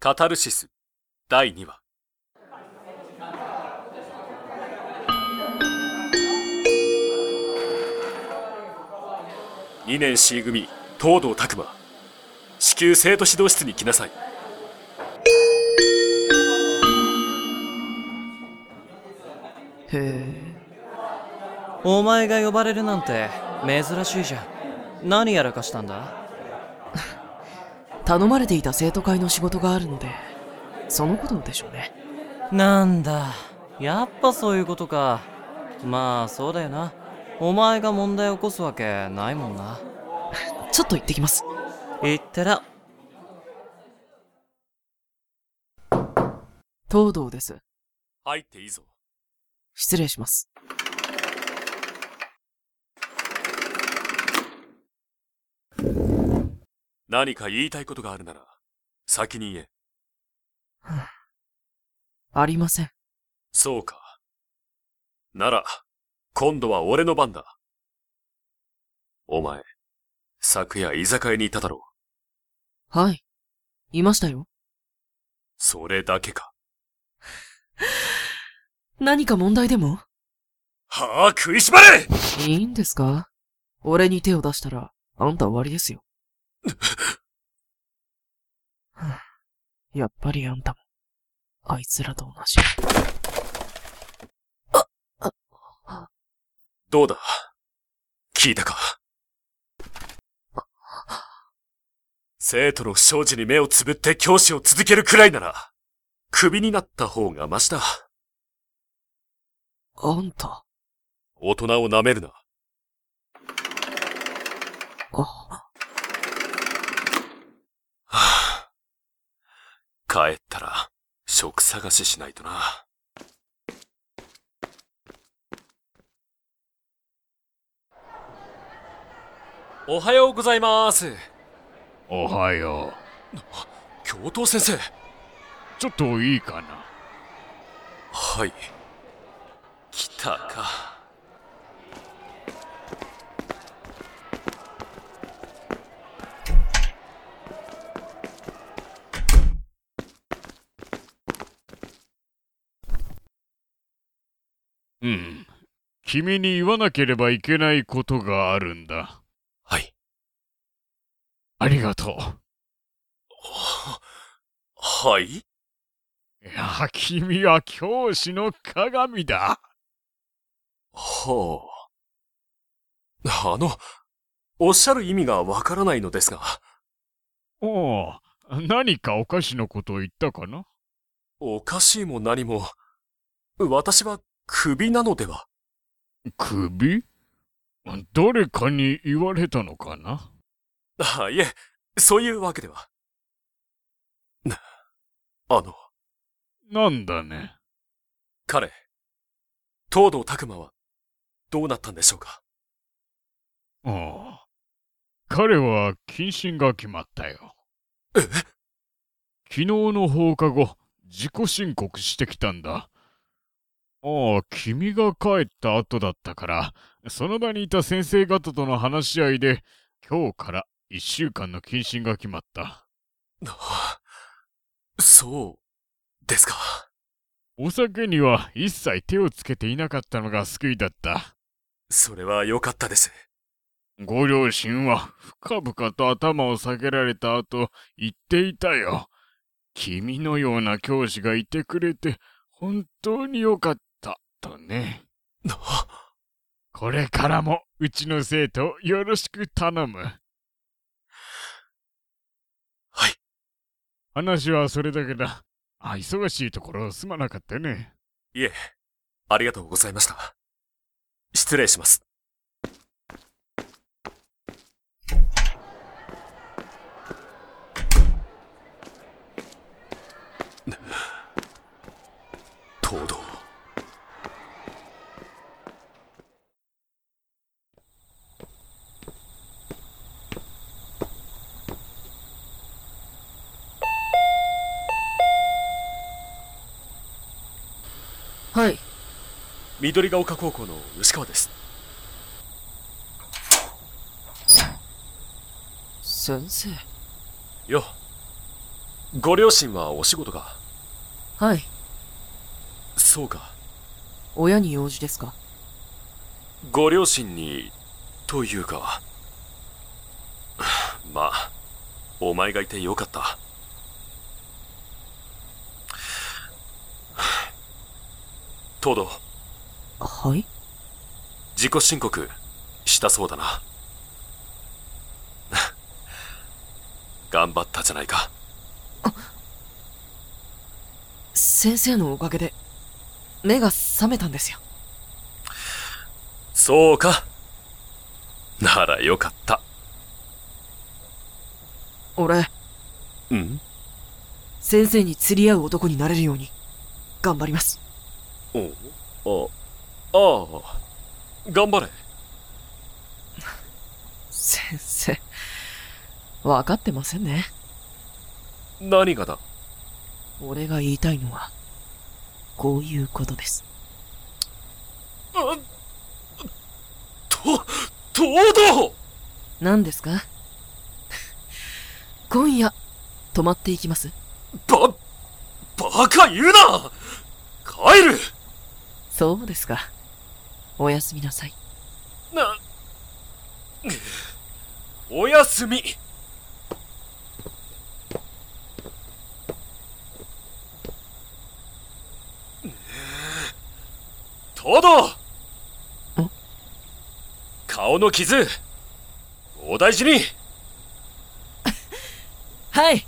カタルシス第2話2年 C 組東堂拓磨至急生徒指導室に来なさいへえお前が呼ばれるなんて珍しいじゃん何やらかしたんだ頼まれていた生徒会の仕事があるのでそのことでしょうねなんだやっぱそういうことかまあそうだよなお前が問題を起こすわけないもんなちょっと行ってきます言ってら東堂です入っていいぞ失礼します何か言いたいことがあるなら先に言えありませんそうかなら今度は俺の番だお前昨夜居酒屋にいただろうはいいましたよそれだけか何か問題でもはあ食いしばれいいんですか俺に手を出したらあんた終わりですよはあやっぱりあんたもあいつらと同じどうだ聞いたか生徒の不祥事に目をつぶって教師を続けるくらいなら、クビになった方がマシだ。あんた大人を舐めるな。あはあ帰ったら、職探ししないとな。おはようございます。おはよ教頭先生。う。ちょっといいかな。はい。来たか。うん。君に言わなければいけないことがあるんだ。はい。ありがとはい。う。いや、君は教師の鏡だ。はあ。あの、おっしゃる意味がわからないのですが、おう、何かおかしなことを言ったかなおかしいも何も、私はクビなのでは首誰かに言われたのかなあ、いえ、そういうわけでは。なあの、なんだね。彼、東堂拓馬は、どうなったんでしょうかおう。彼は謹慎が決まったよ。え昨日の放課後、自己申告してきたんだ。ああ、君が帰った後だったから、その場にいた先生方との話し合いで、今日から一週間の謹慎が決まった。あそう、ですか。お酒には一切手をつけていなかったのが救いだった。それは良かったです。 ご両親は深々と頭を下げられた後、言っていたよ。君のような教師がいてくれて、本当によかった、とね。あこれからもうちの生徒よろしく頼む。はい。話はそれだけだ。あ、忙しいところすまなかったね。いえ、ありがとうございました。失礼します。東堂。はい緑ヶ丘高校の牛川です。先生よ、ご両親はお仕事が。はい。そうか。親に用事ですかご両親に、というか。 まあ、お前がいてよかった。 東堂、はい自己申告、したそうだな。 頑張ったじゃないか。先生のおかげで、目が覚めたんですよ。そうか。ならよかった。俺、うん先生に釣り合う男になれるように、頑張ります。おあ、ああ、頑張れ。先生、わかってませんね。何がだ俺が言いたいのは、こういうことです。あと、東堂何ですか 今夜、泊まっていきますば、バカ言うな帰るそうですか。おやすみなさい。な、おやすみトドん顔の傷、お大事にはい